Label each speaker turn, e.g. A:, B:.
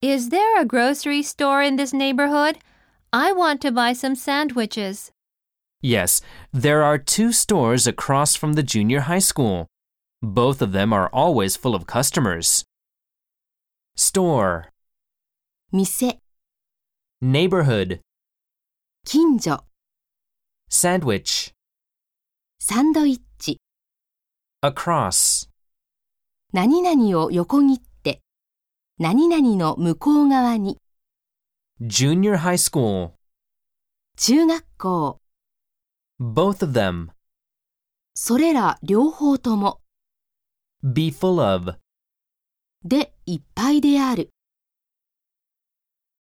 A: Is there a grocery store in this neighborhood? I want to buy some sandwiches.
B: Yes, there are two stores across from the junior high school. Both of them are always full of customers. Store,
C: 店、
B: neighborhood,
C: 近所、
B: sandwich,
C: サンドイッチ、
B: across,
C: 何々を横切って、何々の向こう側に、
B: junior high school,
C: 中学校、
B: both of them,
C: それら両方とも、
B: be full of.
C: でいっぱいである。